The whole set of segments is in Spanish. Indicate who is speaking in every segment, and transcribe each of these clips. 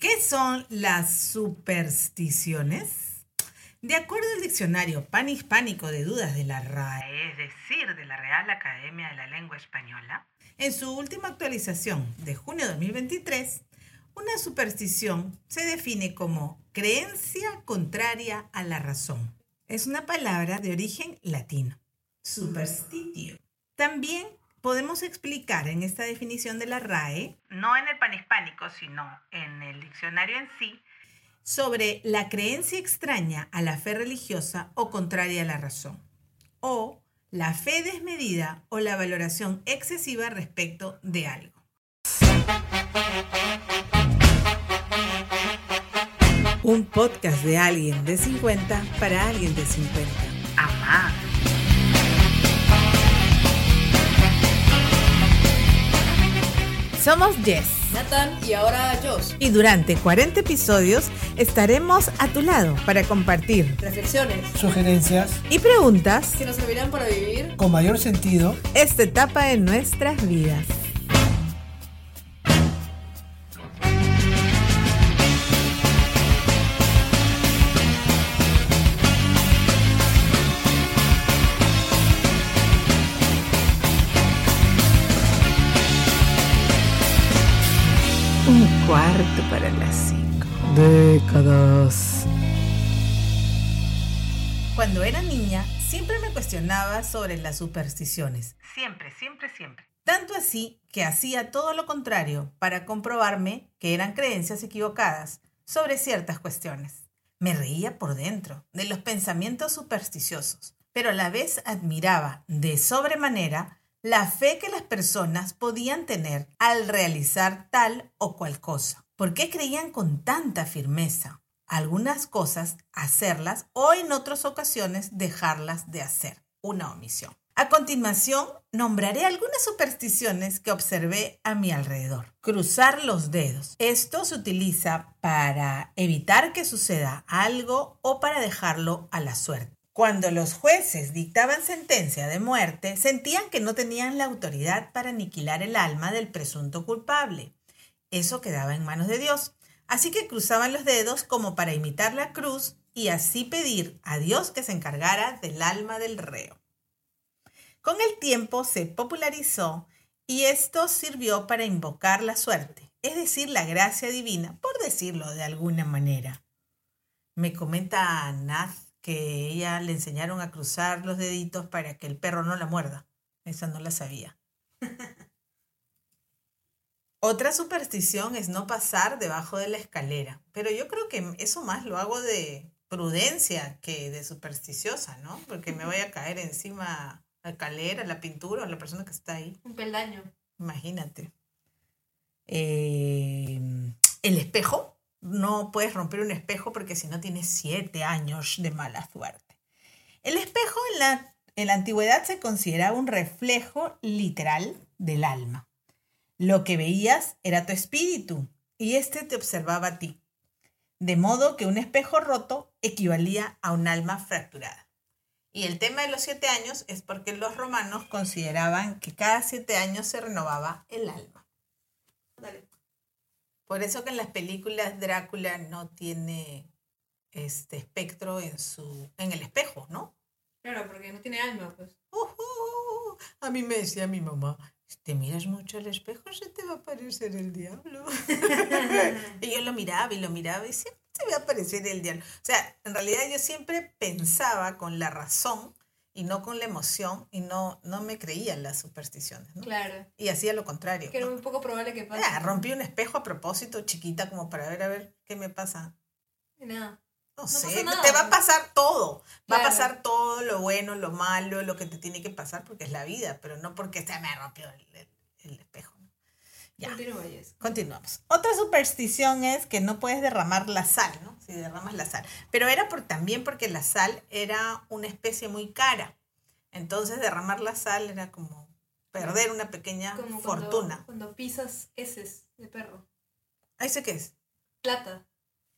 Speaker 1: ¿Qué son las supersticiones? De acuerdo al diccionario panhispánico de dudas de la RAE, es decir, de la Real Academia de la Lengua Española, en su última actualización de junio de 2023, una superstición se define como creencia contraria a la razón. Es una palabra de origen latino. Superstitio. También podemos explicar en esta definición de la RAE, no en el panhispánico, sino en el diccionario en sí, sobre la creencia extraña a la fe religiosa o contraria a la razón, o la fe desmedida o la valoración excesiva respecto de algo. Un podcast de alguien de 50 para alguien de 50. Amar. Somos Jess.
Speaker 2: Nathan y ahora Josh.
Speaker 1: Y durante 40 episodios estaremos a tu lado para compartir
Speaker 2: Reflexiones
Speaker 3: sugerencias
Speaker 1: y preguntas
Speaker 2: que nos servirán para vivir.
Speaker 3: con mayor sentido.
Speaker 1: esta etapa de nuestras vidas. Un cuarto para las cinco. Décadas. Cuando era niña, siempre me cuestionaba sobre las supersticiones. Siempre, siempre, siempre. Tanto así que hacía todo lo contrario para comprobarme que eran creencias equivocadas sobre ciertas cuestiones. Me reía por dentro de los pensamientos supersticiosos, pero a la vez admiraba de sobremanera la fe que las personas podían tener al realizar tal o cual cosa. ¿Por qué creían con tanta firmeza? Algunas cosas hacerlas o en otras ocasiones dejarlas de hacer. Una omisión. A continuación, nombraré algunas supersticiones que observé a mi alrededor. Cruzar los dedos. Esto se utiliza para evitar que suceda algo o para dejarlo a la suerte. Cuando los jueces dictaban sentencia de muerte, sentían que no tenían la autoridad para aniquilar el alma del presunto culpable. Eso quedaba en manos de Dios. Así que cruzaban los dedos como para imitar la cruz y así pedir a Dios que se encargara del alma del reo. Con el tiempo se popularizó y esto sirvió para invocar la suerte, es decir, la gracia divina, por decirlo de alguna manera. Me comenta Nath que ella le enseñaron a cruzar los deditos para que el perro no la muerda. Esa no la sabía. Otra superstición es no pasar debajo de la escalera, pero yo creo que eso más lo hago de prudencia que de supersticiosa, ¿no? Porque me voy a caer encima la escalera, la pintura o la persona que está ahí.
Speaker 2: Un peldaño.
Speaker 1: Imagínate. Eh, el espejo. No puedes romper un espejo porque si no tienes siete años de mala suerte. El espejo en la, en la antigüedad se consideraba un reflejo literal del alma. Lo que veías era tu espíritu y éste te observaba a ti. De modo que un espejo roto equivalía a un alma fracturada. Y el tema de los siete años es porque los romanos consideraban que cada siete años se renovaba el alma.
Speaker 2: Dale.
Speaker 1: Por eso que en las películas Drácula no tiene este espectro en su en el espejo, ¿no?
Speaker 2: Claro, porque no tiene alma, pues.
Speaker 1: Ujú. A mí me decía mi mamá, si te miras mucho al espejo se te va a aparecer el diablo. y yo lo miraba y lo miraba y siempre se me va a aparecer el diablo. O sea, en realidad yo siempre pensaba con la razón y no con la emoción y no, no me creía en las supersticiones, ¿no?
Speaker 2: claro.
Speaker 1: Y hacía lo contrario.
Speaker 2: Que era
Speaker 1: ¿no?
Speaker 2: muy poco probable que pase.
Speaker 1: Ah, rompí un espejo a propósito, chiquita, como para ver a ver qué me pasa.
Speaker 2: Y Nada.
Speaker 1: No,
Speaker 2: No
Speaker 1: sé,
Speaker 2: pasa nada.
Speaker 1: te va a pasar todo. Va a
Speaker 2: Claro.
Speaker 1: pasar todo lo bueno, lo malo, lo que te tiene que pasar porque es la vida, pero no porque se me rompió el, el- el espejo. ¿no? Ya.
Speaker 2: Continúa, Jess.
Speaker 1: Continuamos. Otra superstición es que no puedes derramar la sal, ¿no? Si derramas la sal. Pero era por, también porque la sal era una especie muy cara. Entonces derramar la sal era como perder una pequeña
Speaker 2: Como cuando-
Speaker 1: fortuna.
Speaker 2: Cuando pisas heces de perro.
Speaker 1: ¿Ah, ¿Eso qué es?
Speaker 2: Plata.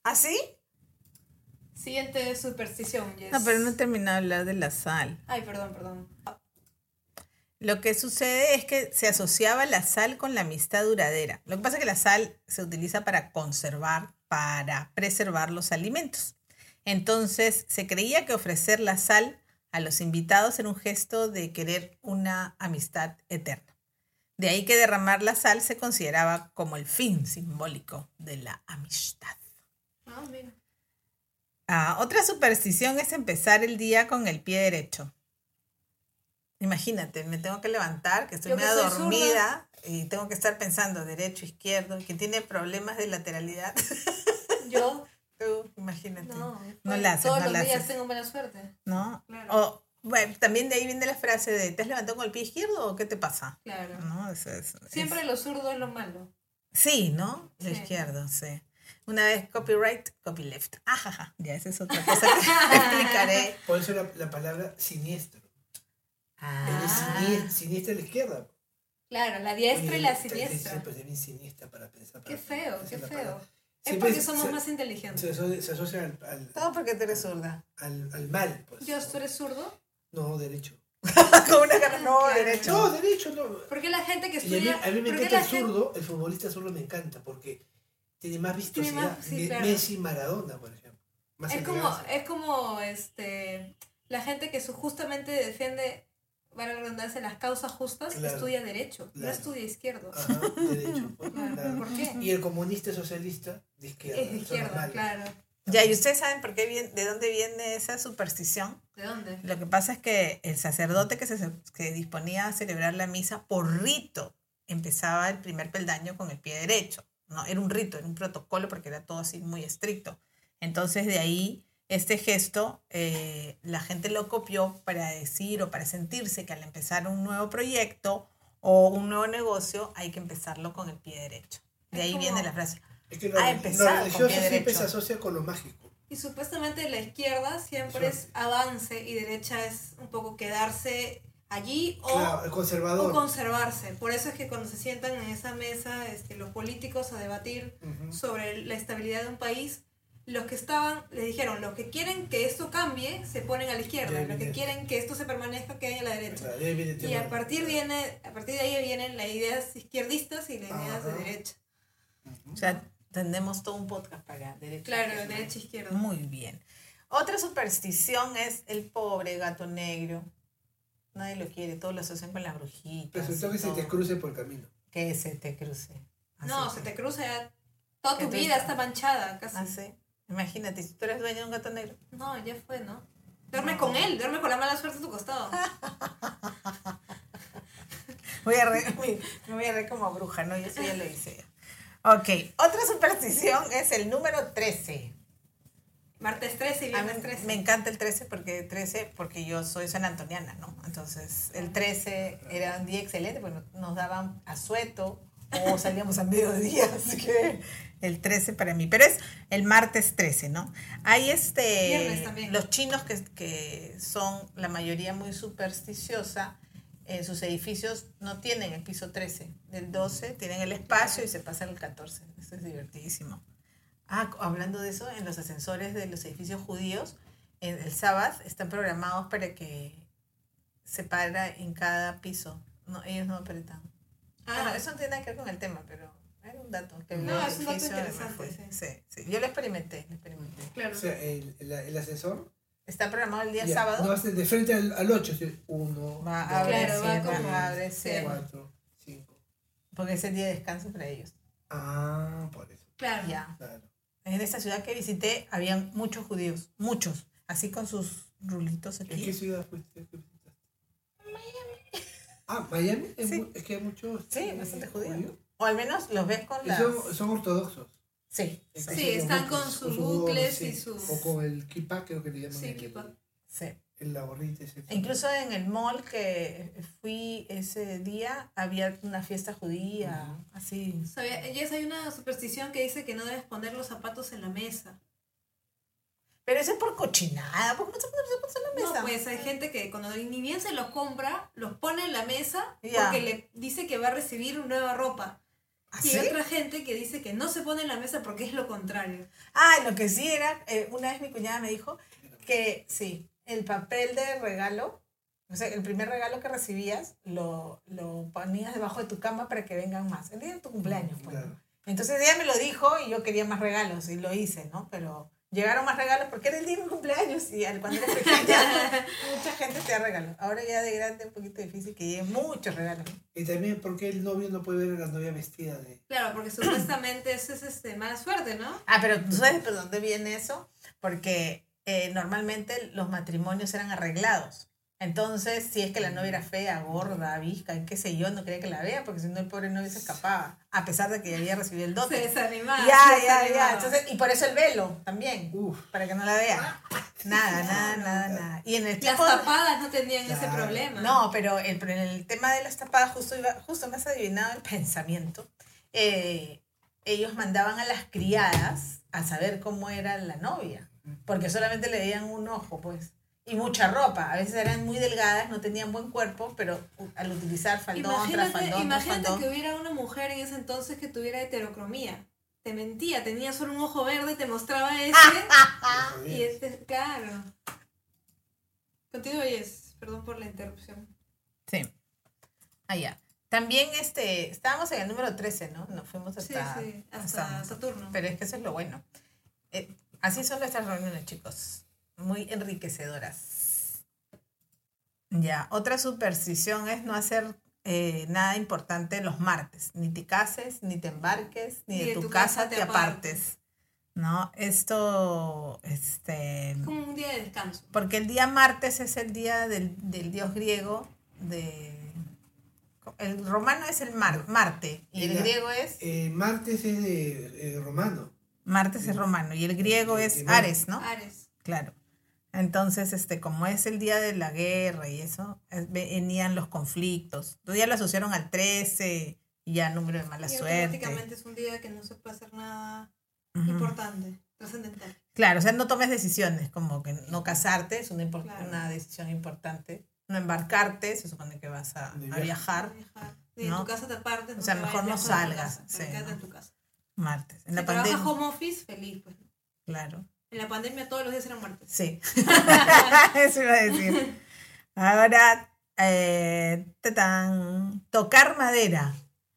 Speaker 1: ¿Ah, sí?
Speaker 2: Siguiente superstición, Jess.
Speaker 1: No, pero no he terminado de hablar de la sal.
Speaker 2: Ay, perdón, perdón.
Speaker 1: Lo que sucede es que se asociaba la sal con la amistad duradera. Lo que pasa es que la sal se utiliza para conservar, para preservar los alimentos. Entonces se creía que ofrecer la sal a los invitados era un gesto de querer una amistad eterna. De ahí que derramar la sal se consideraba como el fin simbólico de la amistad.
Speaker 2: Ah, mira.
Speaker 1: Ah, otra superstición es empezar el día con el pie derecho. Imagínate, me tengo que levantar, que estoy
Speaker 2: Yo que
Speaker 1: media
Speaker 2: soy zurda.
Speaker 1: dormida y tengo que estar pensando derecho, izquierdo, que tiene problemas de lateralidad.
Speaker 2: Yo,
Speaker 1: Tú, imagínate.
Speaker 2: no. pues,
Speaker 1: No la haces,
Speaker 2: Todos
Speaker 1: no
Speaker 2: los
Speaker 1: la
Speaker 2: días
Speaker 1: haces.
Speaker 2: tengo mala suerte.
Speaker 1: ¿no?
Speaker 2: Claro.
Speaker 1: O, bueno, también de ahí viene la frase de, ¿te has levantado con el pie izquierdo o qué te pasa?
Speaker 2: Claro.
Speaker 1: ¿No? Eso es- es-
Speaker 2: Siempre lo zurdo es lo malo.
Speaker 1: Sí, ¿no? Lo
Speaker 2: Sí.
Speaker 1: izquierdo, sí. Una vez copyright, copyleft. Ajaja, ya esa es otra cosa que explicaré.
Speaker 3: Por eso la, la palabra siniestro. Él es
Speaker 2: Ah.
Speaker 3: siniestra, siniestra a la izquierda.
Speaker 2: Claro, la diestra y la siniestra.
Speaker 3: Siempre es bien siniestra para pensar. para
Speaker 2: Qué feo,
Speaker 3: pensar
Speaker 2: qué
Speaker 3: la
Speaker 2: feo.
Speaker 3: palabra.
Speaker 2: Es
Speaker 3: Siempre
Speaker 2: porque somos
Speaker 3: se-
Speaker 2: más inteligentes.
Speaker 3: Se asocia, se asocia al, al,
Speaker 1: Todo porque tú eres zurda.
Speaker 3: al- al mal. Pues.
Speaker 2: Dios, ¿tú eres zurdo?
Speaker 3: No, derecho.
Speaker 1: Con una cara, no,
Speaker 2: Claro.
Speaker 1: derecho.
Speaker 3: No, derecho, no.
Speaker 2: ¿Por qué la gente que
Speaker 3: Y a mí,
Speaker 2: estudia...
Speaker 3: a mí me
Speaker 2: por qué
Speaker 3: encanta el
Speaker 2: la gente-
Speaker 3: zurdo, el futbolista zurdo me encanta porque tiene más
Speaker 2: Tiene
Speaker 3: vistosidad.
Speaker 2: más- sí,
Speaker 3: Me-
Speaker 2: claro.
Speaker 3: Messi Maradona, por ejemplo. Más
Speaker 2: Es como,
Speaker 3: elegancia.
Speaker 2: es como este, la gente que su- justamente defiende, para la redundancia, las causas justas,
Speaker 3: Claro.
Speaker 2: estudia derecho, no
Speaker 3: Claro.
Speaker 2: estudia izquierdo.
Speaker 3: Ajá, derecho. pues,
Speaker 2: Claro,
Speaker 3: claro.
Speaker 2: ¿Por qué?
Speaker 3: Y el comunista socialista de izquierda.
Speaker 2: Es de
Speaker 3: son los
Speaker 2: izquierda,
Speaker 3: malos.
Speaker 2: claro.
Speaker 1: Ya, ¿y ustedes saben por qué viene- de dónde viene esa superstición?
Speaker 2: ¿De dónde?
Speaker 1: Lo que pasa es que el sacerdote que se que disponía a celebrar la misa por rito empezaba el primer peldaño con el pie derecho. No, era un rito, era un protocolo porque era todo así muy estricto. Entonces de ahí este gesto eh, la gente lo copió para decir o para sentirse que al empezar un nuevo proyecto o un nuevo negocio hay que empezarlo con el pie derecho. De
Speaker 2: Es
Speaker 1: ahí
Speaker 2: como-
Speaker 1: viene la frase.
Speaker 3: Es que
Speaker 1: Ah,
Speaker 3: lo,
Speaker 1: empezado
Speaker 3: lo
Speaker 1: con
Speaker 3: religioso
Speaker 1: pie
Speaker 3: siempre
Speaker 1: derecho.
Speaker 3: se asocia con lo mágico.
Speaker 2: Y supuestamente la izquierda siempre es
Speaker 3: Suerte.
Speaker 2: avance y derecha es un poco quedarse allí o,
Speaker 3: Claro, el
Speaker 2: o
Speaker 3: conservador.
Speaker 2: conservarse. Por eso es que cuando se sientan en esa mesa este, los políticos a debatir
Speaker 3: Ujú.
Speaker 2: sobre la estabilidad de un país, los que estaban, les dijeron, los que quieren que esto cambie, se ponen a la izquierda,
Speaker 3: Ya,
Speaker 2: los que
Speaker 3: ya.
Speaker 2: quieren que esto se permanezca, queden a la
Speaker 3: O
Speaker 2: derecha.
Speaker 3: sea, ahí viene el
Speaker 2: Y
Speaker 3: tema
Speaker 2: a
Speaker 3: del-
Speaker 2: partir, viene, a partir de ahí vienen las ideas izquierdistas y las ideas de
Speaker 3: Ajá.
Speaker 2: derecha.
Speaker 1: O sea, tendemos todo un podcast para derecho.
Speaker 2: Claro,
Speaker 1: izquierdo.
Speaker 2: derecha izquierda.
Speaker 1: Muy bien. Otra superstición es el pobre gato negro. Nadie lo quiere, todos lo asocian con las brujitas.
Speaker 3: Resultó
Speaker 1: y
Speaker 3: que se
Speaker 1: todo.
Speaker 3: te cruce por el camino.
Speaker 1: Que se te cruce.
Speaker 2: No,
Speaker 1: Así
Speaker 2: se
Speaker 1: que-
Speaker 2: te cruza ya- toda tu
Speaker 1: Entonces-
Speaker 2: vida está manchada casi.
Speaker 1: Así. Imagínate, si tú eres dueño de un gato negro.
Speaker 2: No, ya fue, ¿no? Duerme
Speaker 1: No.
Speaker 2: con él, duerme con la mala suerte a tu costado.
Speaker 1: Voy a re- me- me voy a reír como bruja, ¿no? Yo eso ya lo hice. Ok, otra superstición es el número 13.
Speaker 2: Martes 13 y
Speaker 1: A mí
Speaker 2: viernes 13.
Speaker 1: me encanta el 13 porque 13 porque yo soy sanantoniana, ¿no? Entonces, el 13 era un día excelente porque no- nos daban asueto o salíamos a mediodía, así que el 13 para mí, pero es el martes 13, ¿no? Hay
Speaker 2: Viernes
Speaker 1: este
Speaker 2: también.
Speaker 1: los chinos que, que son la mayoría muy supersticiosa, en eh, sus edificios no tienen el piso 13, del 12 tienen el espacio y se pasa al 14. Eso es divertidísimo. Ah, co- hablando de eso, en los ascensores de los edificios judíos, en el Sabbath están programados para que se para en cada piso. No, ellos no apretan.
Speaker 2: Ah,
Speaker 1: Bueno, eso no tiene nada que ver con el tema, pero era un dato. Que
Speaker 3: No,
Speaker 1: vi en
Speaker 2: es un
Speaker 1: el
Speaker 2: dato
Speaker 1: edificio, además, fue-
Speaker 2: interesante,
Speaker 1: sí, sí. Yo lo experimenté, lo experimenté.
Speaker 3: O
Speaker 2: claro.
Speaker 3: sea, el, el- el ascensor.
Speaker 1: Está programado el día
Speaker 3: ya,
Speaker 1: sábado.
Speaker 3: No, hace de frente al, al 8. Uno,
Speaker 1: Va,
Speaker 3: dos,
Speaker 1: abre,
Speaker 2: Claro,
Speaker 1: cierra,
Speaker 2: va como-
Speaker 1: abre, cierra.
Speaker 3: cuatro, cinco.
Speaker 1: Porque es el día de descanso para ellos.
Speaker 3: Ah, por eso.
Speaker 2: Claro.
Speaker 1: Ya.
Speaker 3: Claro.
Speaker 1: En esa ciudad que visité habían muchos judíos, muchos, así con sus rulitos
Speaker 3: ¿En qué
Speaker 1: aquí.
Speaker 3: ciudad fuiste? ¿Qué visitaste? Ah, Miami. Es,
Speaker 1: Sí.
Speaker 3: mu- es que hay muchos.
Speaker 1: Sí,
Speaker 3: eh,
Speaker 1: bastante judío. O al menos los ves con
Speaker 3: Y
Speaker 1: las...
Speaker 3: son, son ortodoxos.
Speaker 1: Sí,
Speaker 3: Es
Speaker 1: sí,
Speaker 3: que
Speaker 2: Sí,
Speaker 3: son
Speaker 2: están con
Speaker 3: ortodoxos,
Speaker 2: sus
Speaker 3: o gorro,
Speaker 2: bucles
Speaker 3: sí,
Speaker 2: y sus-
Speaker 3: O con el kippah, creo que le llaman.
Speaker 2: Sí,
Speaker 3: el-
Speaker 2: kippah.
Speaker 1: sí.
Speaker 3: El la gorrita ese.
Speaker 1: E Incluso en el mall que fui ese día había una fiesta judía, así.
Speaker 2: Sabía- Jess, hay una superstición que dice que no debes poner los zapatos en la mesa.
Speaker 1: Pero eso es por cochinada, ¿por qué se pone- se pone en la mesa?
Speaker 2: No, pues hay gente que cuando ni bien se los compra, los pone en la mesa
Speaker 1: Ya.
Speaker 2: porque le dice que va a recibir nueva ropa.
Speaker 1: ¿Ah,
Speaker 2: Y
Speaker 1: sí?
Speaker 2: hay otra gente que dice que no se pone en la mesa porque es lo contrario.
Speaker 1: Ah, lo que sí era, eh, una vez mi cuñada me dijo que sí, el papel de regalo, O sea, el primer regalo que recibías lo, lo ponías debajo de tu cama para que vengan más. El día de tu cumpleaños, pues.
Speaker 3: Claro.
Speaker 1: Entonces ella me lo dijo y yo quería más regalos y lo hice, ¿no? Pero llegaron más regalos porque era el día de mi cumpleaños y al- cuando eres pequeña mucha gente te da regalos. Ahora ya de grande es un poquito difícil que llegue muchos regalos.
Speaker 3: Y también, ¿por qué el novio no puede ver a la novia vestida de.?
Speaker 2: Claro, porque supuestamente eso es este, mala suerte, ¿no?
Speaker 1: Ah, pero ¿tú sabes por dónde viene eso? Porque eh, normalmente los matrimonios eran arreglados. Entonces, si es que la novia
Speaker 2: Mm.
Speaker 1: era fea, gorda, visca, qué sé yo, no quería que la vea, porque si no el pobre novio se escapaba, a pesar de que ya había recibido el
Speaker 2: Se
Speaker 1: dote.
Speaker 2: desanimaba.
Speaker 1: Ya, ya,
Speaker 2: se
Speaker 1: ya.
Speaker 2: desanimaba.
Speaker 1: Entonces, y por eso el velo también,
Speaker 3: Uf,
Speaker 1: para que no la vea. Nada, nada, nada, nada. Y en el
Speaker 2: Las
Speaker 1: tiempo...
Speaker 2: tapadas no tenían ese
Speaker 3: Claro.
Speaker 2: problema.
Speaker 1: No, pero el, pero en el tema de las tapadas, justo, iba- justo me has adivinado el pensamiento. Eh, ellos mandaban a las criadas a saber cómo era la novia, porque solamente le veían un ojo, pues. Y mucha ropa. A veces eran muy delgadas, no tenían buen cuerpo, pero u- al utilizar faldón tras
Speaker 2: imagínate
Speaker 1: faldón, tras
Speaker 2: imagínate
Speaker 1: faldón.
Speaker 2: que hubiera una mujer en ese entonces que tuviera heterocromía. Te mentía, tenía solo un ojo verde, te mostraba ese.
Speaker 1: Ah,
Speaker 3: lo
Speaker 2: y
Speaker 3: jodías.
Speaker 2: este, claro. Contigo, Yes. Perdón por la interrupción.
Speaker 1: Sí. Allá. Ah, También este, estábamos en el número 13, ¿no? Nos fuimos
Speaker 2: Sí,
Speaker 1: hasta,
Speaker 2: sí, hasta
Speaker 1: hasta
Speaker 2: Saturno.
Speaker 1: Pero es que eso es lo bueno. Eh, así son nuestras reuniones, chicos. Muy enriquecedoras. Ya, otra superstición es no hacer eh, nada importante los martes. Ni te cases, ni te embarques, ni, de, tu, casa, te apartes. ¿No? Esto, este...
Speaker 2: Es como un día de descanso.
Speaker 1: Porque el día martes es el día del, del dios griego de... El romano es el mar, Marte y el
Speaker 3: Mira,
Speaker 1: griego es...
Speaker 3: Eh, martes es de eh, romano.
Speaker 1: Martes es romano y el griego es
Speaker 3: Y- y-
Speaker 1: Ares, ¿no?
Speaker 2: Ares.
Speaker 1: Claro. Entonces, este, como es el día de la guerra y eso, es- venían los conflictos. Entonces ya lo asociaron al 13 y ya número de mala
Speaker 2: y
Speaker 1: suerte.
Speaker 2: automáticamente es un día que no se puede hacer nada
Speaker 1: Ujú.
Speaker 2: importante, trascendental.
Speaker 1: Claro, o sea, no tomes decisiones, como que no casarte es una, impor-
Speaker 2: Claro.
Speaker 1: una decisión importante. No embarcarte, se supone que vas a,
Speaker 3: De
Speaker 1: a
Speaker 3: viaje.
Speaker 1: viajar
Speaker 2: Viajar. Ni
Speaker 1: ¿no?
Speaker 2: en tu casa te apartes.
Speaker 1: O sea,
Speaker 2: te
Speaker 1: mejor no
Speaker 2: vayas lejos de tu
Speaker 1: salgas,
Speaker 2: casa,
Speaker 1: sí,
Speaker 2: pero quédate
Speaker 1: ¿no?
Speaker 2: en tu casa.
Speaker 1: martes. En
Speaker 2: Si
Speaker 1: la pandemia.
Speaker 2: trabajas home office, feliz. Pues.
Speaker 1: Claro.
Speaker 2: En la pandemia todos los días eran martes.
Speaker 1: Sí. Eso iba a decir. Ahora, eh, tatán, tocar madera.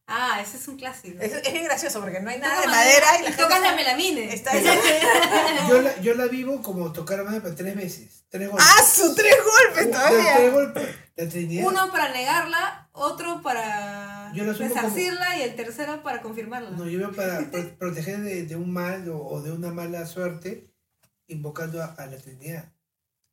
Speaker 2: Ah, ese es un clásico.
Speaker 1: Es, es bien gracioso porque no hay
Speaker 2: Toca
Speaker 1: nada de madera y la gente
Speaker 2: tocas
Speaker 1: está-
Speaker 2: la melamine.
Speaker 1: está-
Speaker 2: Ah.
Speaker 3: Yo la, yo la vivo como tocar madre para tres veces. Tres golpes.
Speaker 1: ¡Ah, su tres golpes
Speaker 3: Uh, Tres
Speaker 1: todavía!
Speaker 3: golpes. La Trinidad.
Speaker 2: Uno para negarla, otro para
Speaker 3: Yo lo asumo como-
Speaker 2: resarcirla y el tercero para confirmarla.
Speaker 3: No, yo veo para pro- proteger de, de un mal o, o de una mala suerte invocando a, a la Trinidad.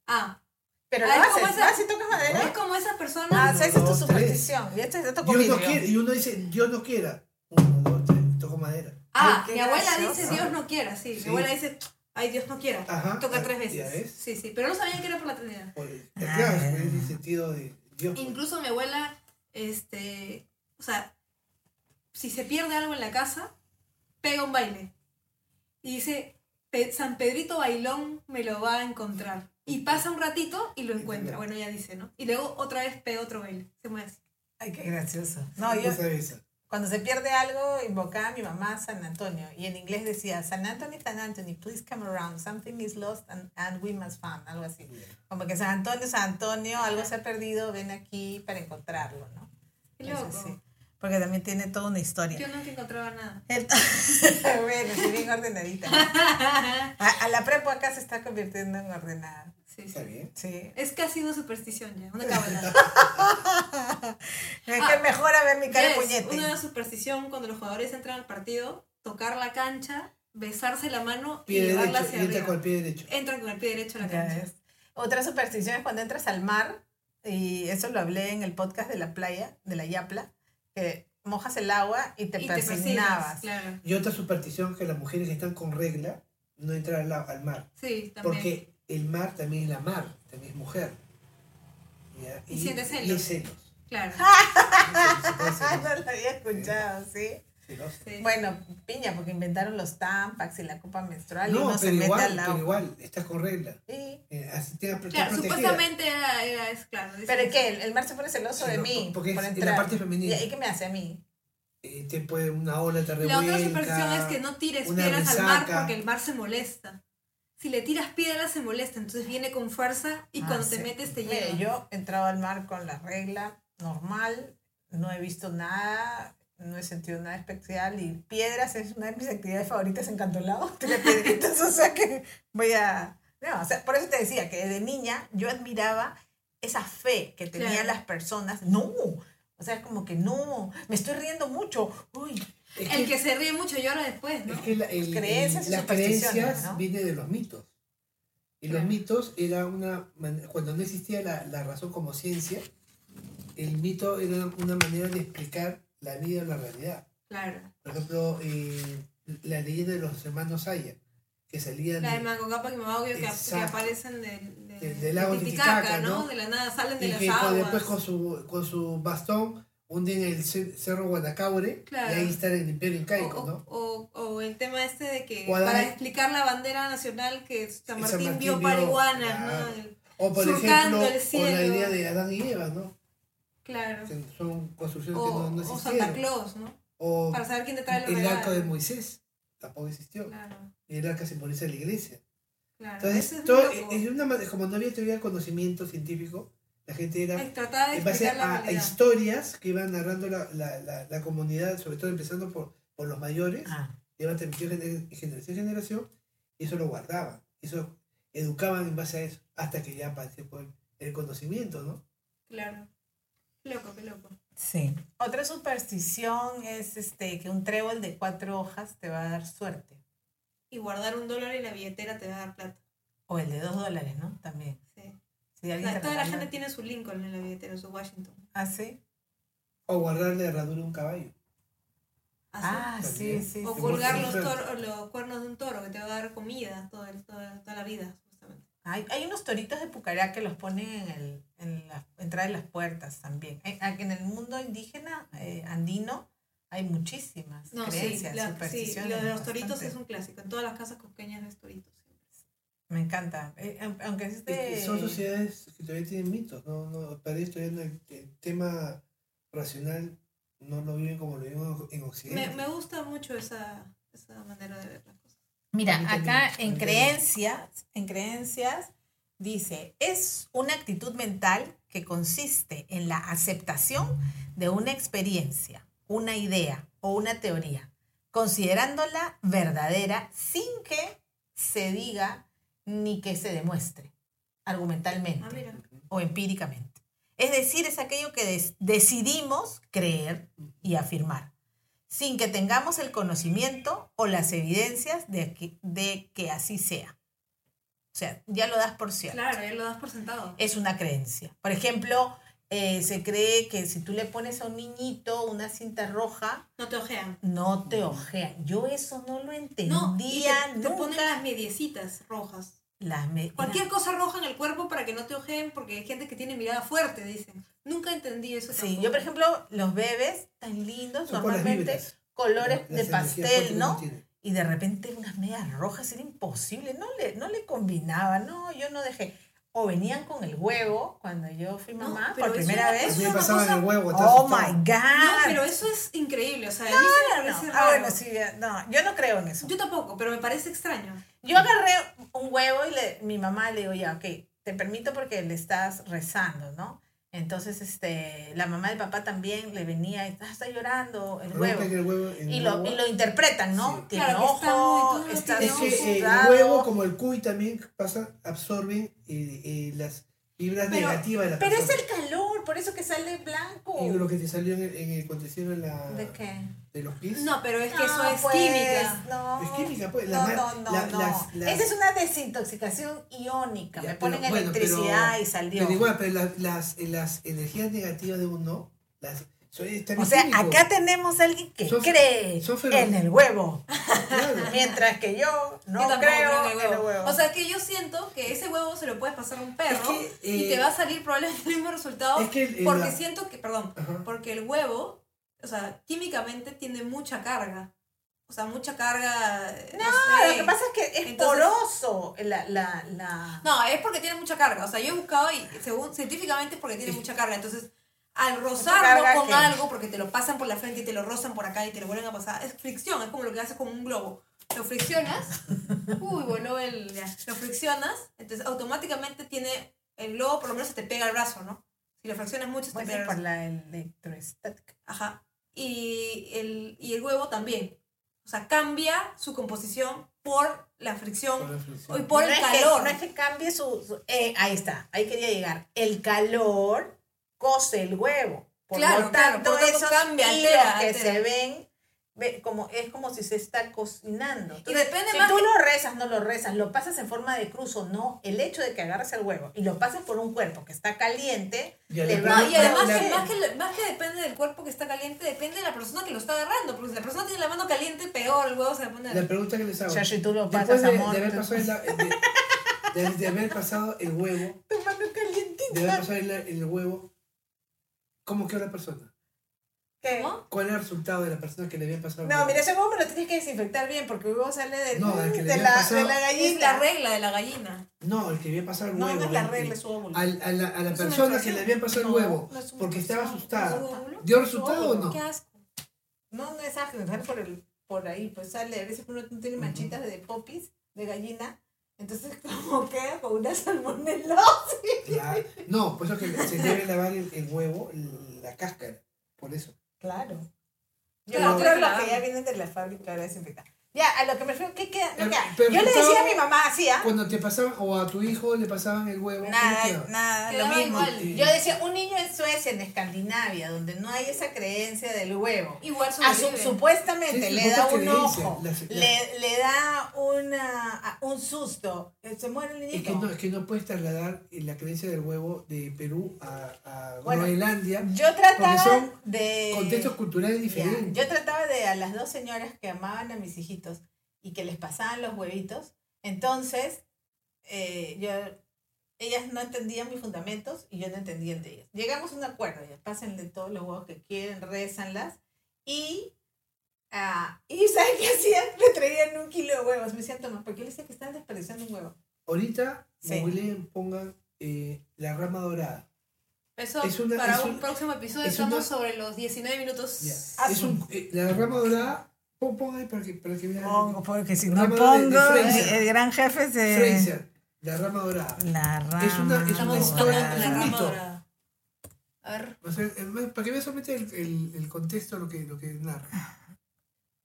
Speaker 2: Ah,
Speaker 1: Pero
Speaker 2: Ah,
Speaker 1: lo
Speaker 2: es como
Speaker 1: haces,
Speaker 2: esa-
Speaker 1: vas y tocas
Speaker 2: es
Speaker 1: madera.
Speaker 2: como esas personas.
Speaker 1: Ah, o sea, esa es tu
Speaker 3: Dos, tres.
Speaker 1: superstición. Y este es dato
Speaker 3: Dios no
Speaker 1: conmigo.
Speaker 3: quiere. Y uno dice, Dios no quiera. Uno, dos, tres. Toco madera.
Speaker 2: Ah,
Speaker 1: Ay, qué
Speaker 2: mi abuela
Speaker 1: gracioso.
Speaker 2: dice Dios no quiera, sí.
Speaker 3: Sí.
Speaker 2: Mi abuela dice, ay, Dios no quiera.
Speaker 3: Ajá,
Speaker 2: Toca
Speaker 3: ah,
Speaker 2: tres
Speaker 3: ya
Speaker 2: veces.
Speaker 3: ves.
Speaker 2: Sí, sí, pero no sabía que era por la Trinidad.
Speaker 3: Por el,
Speaker 1: Ah.
Speaker 3: claro, es por el sentido de Dios. pues.
Speaker 2: Incluso mi abuela, este, o sea, si se pierde algo en la casa, pega un baile. Y dice, "Pe- San Pedrito Bailón me lo va a encontrar. Y pasa un ratito y lo encuentra. Bueno, ya dice, ¿no? Y luego otra vez pega otro baile. Se mueve así.
Speaker 1: Ay, qué gracioso. No, yo
Speaker 3: Cosa de esa.
Speaker 1: cuando se pierde algo invocaba a mi mamá a San Antonio. Y en inglés decía, San Antonio, San Antonio, please come around. Something is lost and, and we must find. Algo así. Como que San Antonio, San Antonio, algo se ha perdido, ven aquí para encontrarlo, ¿no?
Speaker 2: Qué
Speaker 1: Eso
Speaker 2: loco.
Speaker 1: sí. Porque también tiene toda una historia.
Speaker 2: Yo nunca encontraba nada.
Speaker 1: El- bueno, sí, bien ordenadita. A, a la prepo acá se está convirtiendo en ordenada.
Speaker 2: Sí,
Speaker 3: Está
Speaker 2: sí.
Speaker 3: bien.
Speaker 1: Sí.
Speaker 2: Es casi una superstición ya, una cábala.
Speaker 1: Es que
Speaker 2: Ah,
Speaker 1: mejor a ver mi cara de
Speaker 2: Yes,
Speaker 1: puñete.
Speaker 2: Una superstición cuando los jugadores entran al partido, tocar la cancha, besarse la mano
Speaker 3: Pie
Speaker 2: y llevarla
Speaker 3: derecho.
Speaker 2: hacia
Speaker 3: Y entra con el
Speaker 2: arriba.
Speaker 3: pie derecho.
Speaker 2: Entran con el pie derecho a la
Speaker 1: Ya
Speaker 2: cancha.
Speaker 1: ves. Otra superstición es cuando entras al mar, y eso lo hablé en el podcast de la playa, de la Yapla, que mojas el agua y te
Speaker 2: Y te persignas,
Speaker 1: persignabas.
Speaker 2: claro.
Speaker 3: Y otra superstición que las mujeres que están con regla no entran al, al mar.
Speaker 2: Sí, también.
Speaker 3: Porque el mar también es la mar, también es mujer. ¿Ya?
Speaker 2: Y siente celos.
Speaker 3: Y es celos.
Speaker 2: Claro.
Speaker 3: Se- se puede
Speaker 1: Ah,
Speaker 3: celos.
Speaker 1: no lo había escuchado, sí.
Speaker 3: celoso.
Speaker 2: sí.
Speaker 1: Bueno, piña, porque inventaron los tampax y la copa menstrual y
Speaker 3: No,
Speaker 1: uno
Speaker 3: pero,
Speaker 1: se mete
Speaker 3: igual,
Speaker 1: al
Speaker 3: pero
Speaker 1: agua.
Speaker 3: igual, estás con regla.
Speaker 1: Sí.
Speaker 3: Eh, Así te estás
Speaker 2: claro,
Speaker 3: protegida.
Speaker 2: supuestamente era, era- es claro. dicen
Speaker 1: ¿Pero
Speaker 2: eso.
Speaker 1: qué? El, el mar se pone celoso
Speaker 3: Sí,
Speaker 1: de
Speaker 3: no,
Speaker 1: mí.
Speaker 3: porque es-
Speaker 1: por
Speaker 3: en la
Speaker 1: entrar.
Speaker 3: parte femenina.
Speaker 1: ¿Y, y qué me hace a mí?
Speaker 3: Eh, te puede una ola, te
Speaker 2: La
Speaker 3: revuelca.
Speaker 2: otra superstición es que no tires
Speaker 3: una
Speaker 2: piedras al mar
Speaker 3: resaca.
Speaker 2: porque el mar se molesta. si le tiras piedras se molesta, entonces viene con fuerza y
Speaker 1: Ah,
Speaker 2: cuando
Speaker 1: sí.
Speaker 2: te metes te
Speaker 1: Mire,
Speaker 2: lleva.
Speaker 1: yo he entrado al mar con la regla normal, no he visto nada, no he sentido nada especial y piedras es una de mis actividades favoritas en Cantolao, tirar piedritas, o sea que voy a... No, o sea, por eso te decía que desde niña yo admiraba esa fe que tenían
Speaker 2: Claro.
Speaker 1: las personas. No, o sea, es como que no, me estoy riendo mucho. Uy,
Speaker 3: Es
Speaker 2: El que se ríe mucho llora después, ¿no?
Speaker 3: Es que la- el-
Speaker 1: Creencias y
Speaker 3: el- las
Speaker 1: supersticiones,
Speaker 3: creencias
Speaker 1: ¿no?
Speaker 3: vienen de los mitos. Y los
Speaker 2: Claro.
Speaker 3: mitos era una man- cuando no existía la, la razón como ciencia, el mito era una manera de explicar la vida o la realidad.
Speaker 2: Claro.
Speaker 3: Por ejemplo, eh, la leyenda de los hermanos Aya, que salían
Speaker 2: La de
Speaker 3: de-
Speaker 2: Mango Capa que me que, que
Speaker 3: Exacto.
Speaker 2: aparecen del, del-
Speaker 3: Del- del lago Titicaca, ¿no?
Speaker 2: De la nada salen de
Speaker 3: y
Speaker 2: las
Speaker 3: que con-
Speaker 2: aguas.
Speaker 3: después con su, con su bastón hunden el ce- cerro Guanacaure
Speaker 2: Claro.
Speaker 3: y ahí está el imperio
Speaker 2: o,
Speaker 3: incaico, ¿no?
Speaker 2: o- o- o el tema este de que
Speaker 3: O Adán-
Speaker 2: para explicar la bandera nacional que San
Speaker 3: San
Speaker 2: Martín,
Speaker 3: Martín
Speaker 2: vio
Speaker 3: vio,
Speaker 2: para iguanas,
Speaker 3: claro.
Speaker 2: ¿no? El-
Speaker 3: O por
Speaker 2: surcando
Speaker 3: ejemplo,
Speaker 2: el
Speaker 3: o la
Speaker 2: cielo.
Speaker 3: idea de Adán y Eva, ¿no?
Speaker 2: Claro.
Speaker 3: Que son construcciones
Speaker 2: O,
Speaker 3: que no, no
Speaker 2: o
Speaker 3: existieron.
Speaker 2: Santa Claus, ¿no?
Speaker 3: O
Speaker 2: Para saber quién te trae los
Speaker 3: el
Speaker 2: regalos.
Speaker 3: arco de Moisés tampoco existió.
Speaker 2: Claro,
Speaker 3: Y el arca simboliza la iglesia.
Speaker 2: claro.
Speaker 3: Entonces,
Speaker 2: Ah, Eso es
Speaker 3: todo-
Speaker 2: muy loco.
Speaker 3: es de una manera- como no había teoría de conocimiento científico, la gente era
Speaker 2: Ay, trataba de
Speaker 3: en base
Speaker 2: explicar la
Speaker 3: a, a
Speaker 2: realidad.
Speaker 3: historias que iban narrando la, la- la- la comunidad, sobre todo empezando por, por los mayores,
Speaker 1: ah,
Speaker 3: iban transmitiendo gener- generación en generación, y eso lo guardaban, eso educaban en base a eso, hasta que ya apareció pues, el conocimiento, ¿no?
Speaker 2: Claro. Loco, qué loco.
Speaker 1: sí. Otra superstición es este, que un trébol de cuatro hojas te va a dar suerte.
Speaker 2: Y guardar un dólar en la billetera te va a dar plata.
Speaker 1: O el de dos dólares, ¿no? También.
Speaker 2: Sí.
Speaker 1: Si
Speaker 2: O
Speaker 1: alguien
Speaker 2: sea,
Speaker 1: te
Speaker 2: toda la
Speaker 1: regala-
Speaker 2: gente tiene su Lincoln en la billetera, su Washington.
Speaker 1: ¿Ah, sí?
Speaker 3: O guardar la herradura de un caballo.
Speaker 2: Azul.
Speaker 1: Ah, sí,
Speaker 3: también.
Speaker 1: sí.
Speaker 2: o
Speaker 1: sí.
Speaker 3: sí.
Speaker 2: colgar
Speaker 3: Sí,
Speaker 2: los,
Speaker 3: sí.
Speaker 2: toros- los cuernos de un toro que te va a dar comida todo el- toda, toda la vida, justamente.
Speaker 1: Hay, hay unos toritos de pucará que los ponen en, el, en la entrada de las puertas también. Hay- hay- En el mundo indígena, eh, andino, hay muchísimas
Speaker 2: No, sí,
Speaker 1: creencias,
Speaker 2: la- sí,
Speaker 1: supersticiones.
Speaker 2: lo de los toritos
Speaker 1: bastante.
Speaker 2: es un clásico. En todas las casas cusqueñas ves toritos.
Speaker 1: Me encanta. Eh, aun- aunque este es
Speaker 3: Y- y
Speaker 1: de...
Speaker 3: son sociedades que todavía tienen mitos, no, no, para ellos todavía no- el, el tema racional no lo viven como lo vivimos en Occidente.
Speaker 2: Me, me gusta mucho esa, esa manera de ver las cosas. Ah,
Speaker 1: Mira,
Speaker 3: A mí también,
Speaker 1: acá
Speaker 3: a mí
Speaker 1: en
Speaker 3: también.
Speaker 1: creencias, en creencias dice, es una actitud mental que consiste en la aceptación de una experiencia, una idea o una teoría, considerándola verdadera sin que se diga ni que se demuestre argumentalmente
Speaker 2: Ah, mira.
Speaker 1: o empíricamente. Es decir, es aquello que des- decidimos creer y afirmar, sin que tengamos el conocimiento o las evidencias de que, de que así sea. O sea, ya lo das por cierto.
Speaker 2: Claro, ya lo das por sentado.
Speaker 1: Es una creencia. Por ejemplo, eh, se cree que si tú le pones a un niñito una cinta roja,
Speaker 2: No te ojean.
Speaker 1: no te ojea. Yo eso no lo entendía
Speaker 2: No, y te, te
Speaker 1: nunca.
Speaker 2: ponen las mediecitas rojas.
Speaker 1: Las me-
Speaker 2: Cualquier cosa roja en el cuerpo para que no te ojeen, porque hay gente que tiene mirada fuerte, dicen. Nunca entendí eso.
Speaker 1: Sí,
Speaker 2: tampoco.
Speaker 1: yo por ejemplo, los bebés tan lindos,
Speaker 3: Son por las
Speaker 1: normalmente
Speaker 3: vibras,
Speaker 1: colores
Speaker 3: las
Speaker 1: de
Speaker 3: energías fuertes
Speaker 1: pastel,
Speaker 3: que
Speaker 1: ¿no?
Speaker 3: tienen.
Speaker 1: y de repente unas medias rojas era imposible, no le, no le combinaba, no, yo no dejé. O venían con el huevo cuando yo fui
Speaker 2: No,
Speaker 1: mamá
Speaker 2: pero
Speaker 1: por
Speaker 2: eso
Speaker 1: primera
Speaker 2: era-
Speaker 3: A
Speaker 1: vez.
Speaker 2: Es
Speaker 3: mí me
Speaker 2: una
Speaker 3: pasaban
Speaker 2: cosa-
Speaker 3: el huevo. estaba
Speaker 1: Oh
Speaker 3: asustado.
Speaker 1: my God.
Speaker 2: No, pero eso es increíble. O sea, a mí se me
Speaker 1: No, no.
Speaker 2: parece
Speaker 1: Ah,
Speaker 2: raro.
Speaker 1: bueno, sí, ya, no, yo no creo en eso.
Speaker 2: Yo tampoco, pero me parece extraño.
Speaker 1: Yo agarré un huevo y le- mi mamá le digo, ya, ok, te permito porque le estás rezando, ¿no? Entonces, este, la mamá del papá también le venía, "Ah, está llorando el
Speaker 3: Rompe
Speaker 1: huevo.
Speaker 3: que el huevo- el
Speaker 1: Y lo,
Speaker 3: huevo-
Speaker 1: y lo interpretan, ¿no?
Speaker 3: Sí.
Speaker 1: Tiene
Speaker 2: Claro, que está muy
Speaker 1: ojo,
Speaker 2: duro,
Speaker 1: está,
Speaker 3: Es que eh, el
Speaker 1: sudado.
Speaker 3: huevo, como el cuy, también pasa, absorben eh, eh, las fibras
Speaker 2: Pero-
Speaker 3: negativas de la
Speaker 1: Pero es
Speaker 3: persona.
Speaker 1: el calor, por eso que sale blanco.
Speaker 3: Y lo que Ah. te salió en el, en el contenido de, la,
Speaker 1: ¿De qué?
Speaker 3: de los pies.
Speaker 2: No, pero es que eso
Speaker 1: No,
Speaker 2: es
Speaker 1: pues,
Speaker 2: química.
Speaker 1: No.
Speaker 3: Es química, pues. la
Speaker 1: no,
Speaker 3: ma-
Speaker 1: no, no,
Speaker 3: la-
Speaker 1: no.
Speaker 3: las- las-
Speaker 1: Esa es una desintoxicación iónica.
Speaker 3: Ya,
Speaker 1: Me ponen
Speaker 3: pero, bueno,
Speaker 1: electricidad
Speaker 3: pero-
Speaker 1: y salió.
Speaker 3: Pero igual, pero las, las, las energías negativas de uno, las, son, están
Speaker 1: o sea,
Speaker 3: químico.
Speaker 1: acá tenemos a alguien que
Speaker 3: Son-
Speaker 1: cree
Speaker 3: son fenómenos.
Speaker 1: en el huevo.
Speaker 3: Claro.
Speaker 1: Mientras que yo no
Speaker 2: Yo tampoco
Speaker 1: creo,
Speaker 2: creo en el huevo.
Speaker 1: huevo.
Speaker 2: O sea, que yo siento que ese huevo se lo puedes pasar a un perro
Speaker 3: Es que,
Speaker 2: y
Speaker 3: eh,
Speaker 2: te va a salir probablemente el mismo resultado.
Speaker 3: es que el- el-
Speaker 2: porque
Speaker 3: la-
Speaker 2: siento que, perdón,
Speaker 3: Ajá.
Speaker 2: porque el huevo, o sea, químicamente tiene mucha carga. O sea, mucha carga. eh, No,
Speaker 1: Ah,
Speaker 2: sé.
Speaker 1: lo que pasa es que es
Speaker 2: Entonces-
Speaker 1: poroso la... la, la...
Speaker 2: No, es porque tiene mucha carga. O sea, yo he buscado y según científicamente es porque tiene mucha carga. Entonces, al
Speaker 1: carga
Speaker 2: rozarlo con
Speaker 1: que-
Speaker 2: algo, porque te lo pasan por la frente y te lo rozan por acá y te lo vuelven a pasar, es fricción, es como lo que haces con un globo. lo friccionas, uy, voló el, ya, lo friccionas, entonces automáticamente tiene el globo, por lo menos se te pega el brazo, ¿no? Si lo fraccionas mucho, se te
Speaker 1: Pues
Speaker 2: pega el
Speaker 1: es por
Speaker 2: brazo.
Speaker 1: la electroestática.
Speaker 2: Ajá. Y el, y el huevo también. O sea, cambia su composición por la
Speaker 3: Por
Speaker 2: fricción
Speaker 3: la
Speaker 2: y
Speaker 3: fricción.
Speaker 2: por
Speaker 1: No
Speaker 2: el
Speaker 1: es que-
Speaker 2: calor.
Speaker 1: no es que cambie su... su- eh, ahí está, ahí quería llegar. El calor cose el huevo. Por
Speaker 2: Claro,
Speaker 1: lo
Speaker 2: claro,
Speaker 1: tanto,
Speaker 2: por lo tanto
Speaker 1: esos
Speaker 2: cambia,
Speaker 1: hilos
Speaker 2: altera,
Speaker 1: que
Speaker 2: altera.
Speaker 1: se ven, ve- como, es como si se está cocinando.
Speaker 2: Y
Speaker 1: Entonces,
Speaker 2: depende
Speaker 1: si
Speaker 2: más
Speaker 1: tú lo rezas, no lo rezas, lo pasas en forma de cruz o no, el hecho de que agarres el huevo y lo pasas por un cuerpo que está caliente,
Speaker 3: Y además-
Speaker 1: le va-
Speaker 2: No, y además,
Speaker 3: La-
Speaker 2: que-
Speaker 3: la-
Speaker 2: más, que, más que depende del cuerpo que está caliente, depende de la persona que lo está agarrando. Porque si la persona tiene la mano caliente, peor, el huevo se le pone.
Speaker 3: La pregunta que les hago.
Speaker 1: O sea, si tú lo
Speaker 3: Después
Speaker 1: pasas,
Speaker 3: de, de
Speaker 1: amor,
Speaker 3: haber
Speaker 1: tú-
Speaker 3: pasado el, de- de- de haber pasado el huevo,
Speaker 1: tu mano calientita.
Speaker 3: de haber pasado el, el huevo, ¿cómo quedó la persona?
Speaker 1: ¿Qué?
Speaker 2: ¿Cómo?
Speaker 3: ¿Cuál era el resultado de la persona que le había pasado el
Speaker 1: No,
Speaker 3: huevo?
Speaker 1: mira, ese huevo me lo tienes que desinfectar bien porque el huevo sale del-
Speaker 3: No, el que
Speaker 1: de,
Speaker 3: le había
Speaker 1: la,
Speaker 3: pasado-
Speaker 1: de la
Speaker 2: Es la
Speaker 1: gallina.
Speaker 2: regla de la gallina.
Speaker 3: No, el que había pasado el
Speaker 1: no,
Speaker 3: huevo.
Speaker 1: no es la
Speaker 3: el-
Speaker 1: regla,
Speaker 3: el-
Speaker 1: es óvulo.
Speaker 3: al- a la, a la
Speaker 1: Es una
Speaker 3: persona que
Speaker 1: infección.
Speaker 3: le había pasado
Speaker 1: No,
Speaker 3: el huevo,
Speaker 1: no es una
Speaker 3: porque estaba
Speaker 1: infección,
Speaker 3: asustada.
Speaker 1: es un óvulo.
Speaker 3: ¿Dio resultado o no?
Speaker 2: Qué asco.
Speaker 1: No, no es ágil, sale por, el, por ahí, pues sale, a veces uno tiene manchitas de popis, de gallina, entonces como queda con una salmonelosis.
Speaker 3: Claro. No, por eso que se debe lavar el, el huevo, la cáscara. Por eso.
Speaker 1: Claro. Yo
Speaker 2: Claro,
Speaker 1: no creo
Speaker 2: que
Speaker 1: los
Speaker 2: la-
Speaker 1: que ya vienen de la fábrica ahora desinfectar. Ya, a lo que me refiero, ¿qué queda? No
Speaker 3: Pero-
Speaker 1: queda.
Speaker 3: pero
Speaker 1: Yo le
Speaker 3: resultado-
Speaker 1: decía a mi mamá, así, ¿ah?
Speaker 3: Cuando te pasaban, o a tu hijo le pasaban el huevo. ¿cómo
Speaker 1: Nada,
Speaker 3: quedaba?
Speaker 1: nada, lo
Speaker 2: Quedaba
Speaker 1: mismo.
Speaker 2: igual.
Speaker 1: Yo decía, un niño en Suecia, en Escandinavia, donde no hay esa creencia del huevo,
Speaker 2: Igual
Speaker 1: a Ah, su-
Speaker 2: sobrevive.
Speaker 1: supuestamente
Speaker 3: Sí,
Speaker 1: le
Speaker 3: supuesto
Speaker 1: da
Speaker 3: que
Speaker 1: un
Speaker 3: le dicen,
Speaker 1: ojo,
Speaker 3: las-
Speaker 1: le, le da una, a- un susto, eh, se muere el
Speaker 3: Es que,
Speaker 1: niñito.
Speaker 3: no, es que no puedes trasladar eh, la creencia del huevo de Perú a, a
Speaker 1: Bueno,
Speaker 3: Groenlandia.
Speaker 1: Yo trataba
Speaker 3: Porque son
Speaker 1: de...
Speaker 3: Contextos culturales
Speaker 1: Ya,
Speaker 3: diferentes.
Speaker 1: Yo trataba de a las dos señoras que amaban a mis hijitos y que les pasaban los huevitos, entonces eh, yo, ellas no entendían mis fundamentos y yo no entendía el de ellas. Llegamos a un acuerdo, ya pásenle todos los huevos que quieren, rézanlas y... ah, y ¿saben qué hacían? Me traían un kilo de huevos. Me decían, toma, porque yo les decía que están desperdiciando un huevo.
Speaker 3: Ahorita,
Speaker 1: Sí.
Speaker 3: googleen, pongan eh, la rama dorada.
Speaker 2: Eso
Speaker 3: Es una-
Speaker 2: para
Speaker 3: es
Speaker 2: un
Speaker 3: un-
Speaker 2: próximo episodio
Speaker 3: es
Speaker 2: estamos
Speaker 3: una-
Speaker 2: sobre los 19 minutos.
Speaker 3: Ya.
Speaker 1: Ah,
Speaker 3: Es
Speaker 1: sí.
Speaker 3: un- eh, la rama dorada, pon- pongan ahí para que, para que vean.
Speaker 1: porque si
Speaker 3: no Programa de- de pongo, Fraser. el
Speaker 1: gran jefe
Speaker 3: Fraser, la rama dorada.
Speaker 1: La rama.
Speaker 3: Es una- es una
Speaker 2: Estamos
Speaker 3: historia
Speaker 2: hablando de la
Speaker 3: es un
Speaker 2: rama
Speaker 3: mito.
Speaker 2: dorada. A ver,
Speaker 3: O sea, eh, más- para que vean solamente el, el, el contexto lo que, lo que narra.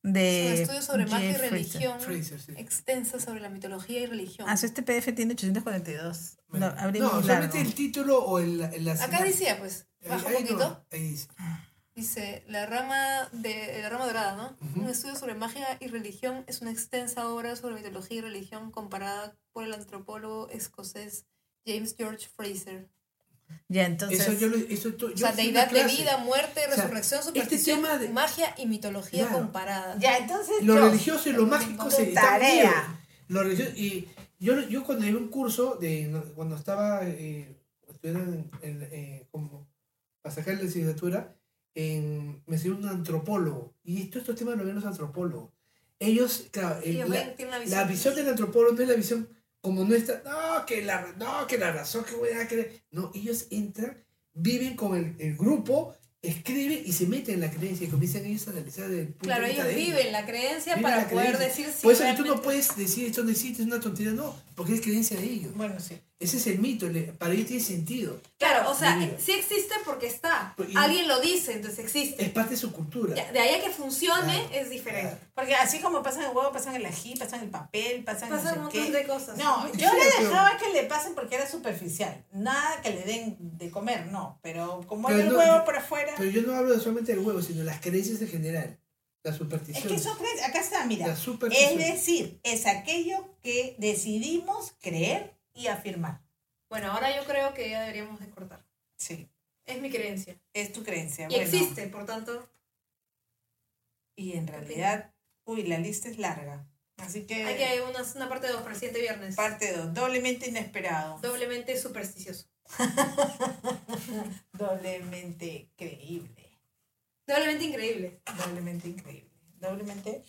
Speaker 2: es un
Speaker 1: de
Speaker 2: estudio sobre magia y
Speaker 1: Eh, Jeffrey
Speaker 2: religión
Speaker 3: Fraser, sí.
Speaker 2: extensa sobre la mitología y religión.
Speaker 1: Ah, su este PDF tiene 842. No,
Speaker 3: Bueno,
Speaker 1: abrimos
Speaker 3: no,
Speaker 1: largo.
Speaker 3: solamente el título o el, el la
Speaker 2: Acá decía, pues,
Speaker 3: Ahí-
Speaker 2: baja un
Speaker 3: ahí no,
Speaker 2: poquito.
Speaker 3: ahí dice.
Speaker 2: Dice, la rama, de, la rama dorada, ¿no?
Speaker 3: Ujú.
Speaker 2: Un estudio sobre magia y religión es una extensa obra sobre mitología y religión comparada por el antropólogo escocés James George Fraser.
Speaker 1: Ya, entonces.
Speaker 3: eso yo lo, eso tú, yo
Speaker 2: O sea,
Speaker 3: hice
Speaker 2: deidad
Speaker 3: una
Speaker 2: de
Speaker 3: clase.
Speaker 2: vida, muerte,
Speaker 3: sea,
Speaker 2: resurrección,
Speaker 3: este
Speaker 2: superstición,
Speaker 3: tema de-
Speaker 2: magia y mitología
Speaker 3: Claro.
Speaker 2: comparada.
Speaker 1: Ya, entonces.
Speaker 3: Lo
Speaker 1: yo-
Speaker 3: religioso y lo mágico
Speaker 1: tu
Speaker 3: se están unidos.
Speaker 1: tarea.
Speaker 3: Lo religioso y yo, yo cuando llevé un curso de cuando estaba eh, estudiando en, en, eh, como para sacar la licenciatura, en- me enseñó un antropólogo y estos estos temas lo ven los antropólogos. Ellos, claro, el-
Speaker 2: Ellos
Speaker 3: la,
Speaker 2: ven, tienen una
Speaker 3: la visión del antropólogo no es la visión como nuestra, no, que la, no, que la razón, que voy a creer. No, ellos entran, viven con el, el grupo, escriben y se meten en la creencia y comienzan ellos a analizar desde el punto
Speaker 2: Claro,
Speaker 3: de vista
Speaker 2: ellos
Speaker 3: de
Speaker 2: viven la creencia
Speaker 3: Viven
Speaker 2: para
Speaker 3: la
Speaker 2: poder
Speaker 3: creencia.
Speaker 2: decir si
Speaker 3: Por eso que tú no
Speaker 2: realmente-
Speaker 3: puedes decir esto no existe, es una tontería, no, porque es creencia de ellos.
Speaker 1: Bueno, sí.
Speaker 3: Ese es el mito, le- para ellos tiene sentido.
Speaker 2: Claro, o sea, eh,
Speaker 3: Viven.
Speaker 2: sí existe porque está.
Speaker 3: Pues, y-
Speaker 2: Alguien lo dice, entonces existe.
Speaker 3: Es parte de su cultura.
Speaker 2: Ya, de ahí a que funcione
Speaker 3: Claro.
Speaker 2: es diferente.
Speaker 1: Porque así como pasan el huevo, pasan el ají, pasan el papel, pasan.
Speaker 2: Pasan un
Speaker 1: no sé
Speaker 2: montón
Speaker 1: qué.
Speaker 2: de cosas.
Speaker 1: No,
Speaker 3: Sí,
Speaker 1: yo le
Speaker 3: pero-
Speaker 1: dejaba que le pasen porque era superficial. Nada que le den de comer, no. Pero como
Speaker 3: Pero
Speaker 1: era el
Speaker 3: no,
Speaker 1: huevo
Speaker 3: yo-
Speaker 1: por afuera.
Speaker 3: Pero yo no hablo de solamente del huevo, sino las creencias en general, las
Speaker 1: Es
Speaker 3: supersticiones.
Speaker 1: que eso creen- acá está, mira.
Speaker 3: las
Speaker 1: Es
Speaker 3: supersticiones.
Speaker 1: decir, es aquello que decidimos creer y afirmar.
Speaker 2: Bueno, ahora yo creo que ya deberíamos de cortar.
Speaker 1: Sí,
Speaker 2: Es mi creencia.
Speaker 1: es tu creencia.
Speaker 2: Y
Speaker 1: bueno.
Speaker 2: existe, por tanto.
Speaker 1: Y en realidad, uy, la lista es larga. Así que,
Speaker 2: Aquí hay una, una parte 2 para el siguiente viernes.
Speaker 1: parte 2, doblemente inesperado.
Speaker 2: Doblemente supersticioso.
Speaker 1: Doblemente creíble.
Speaker 2: Doblemente increíble.
Speaker 1: Doblemente increíble. Doblemente,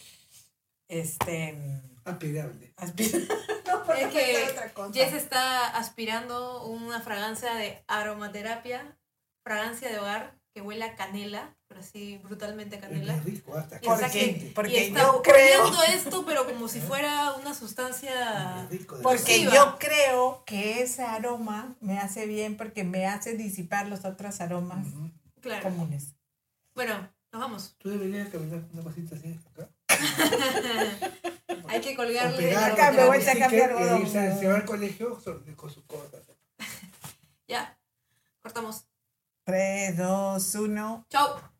Speaker 1: este...
Speaker 3: Ah, Aspirable.
Speaker 1: aspir- no puedo
Speaker 2: Es que
Speaker 1: pensar otra cosa.
Speaker 2: Jess está aspirando una fragancia de aromaterapia, fragancia de hogar, que huele a canela, pero así brutalmente a
Speaker 3: Es
Speaker 2: canela.
Speaker 3: bien rico, hasta
Speaker 2: Y está
Speaker 3: acá.
Speaker 2: que-
Speaker 1: Porque,
Speaker 3: siente.
Speaker 1: porque
Speaker 2: y está
Speaker 1: yo creo,
Speaker 2: oliendo esto, pero como si fuera una sustancia...
Speaker 3: Es rico de
Speaker 1: porque
Speaker 2: Exclusiva.
Speaker 1: yo creo que ese aroma me hace bien porque me hace disipar los otros aromas
Speaker 2: Mm.
Speaker 3: Ujú.
Speaker 2: Claro.
Speaker 1: comunes.
Speaker 2: Bueno, nos vamos.
Speaker 3: Tú deberías caminar con una cosita así acá.
Speaker 2: Hay que
Speaker 3: O
Speaker 2: colgarle...
Speaker 3: pegarlo,
Speaker 1: acá me
Speaker 3: con
Speaker 1: voy
Speaker 3: un
Speaker 1: a
Speaker 3: sticker
Speaker 1: cambiar
Speaker 3: y
Speaker 1: algodón.
Speaker 3: irse- eh, Se va al colegio so- con sus cosas.
Speaker 2: Ya, cortamos.
Speaker 1: 3, 2, 1.
Speaker 2: Chao.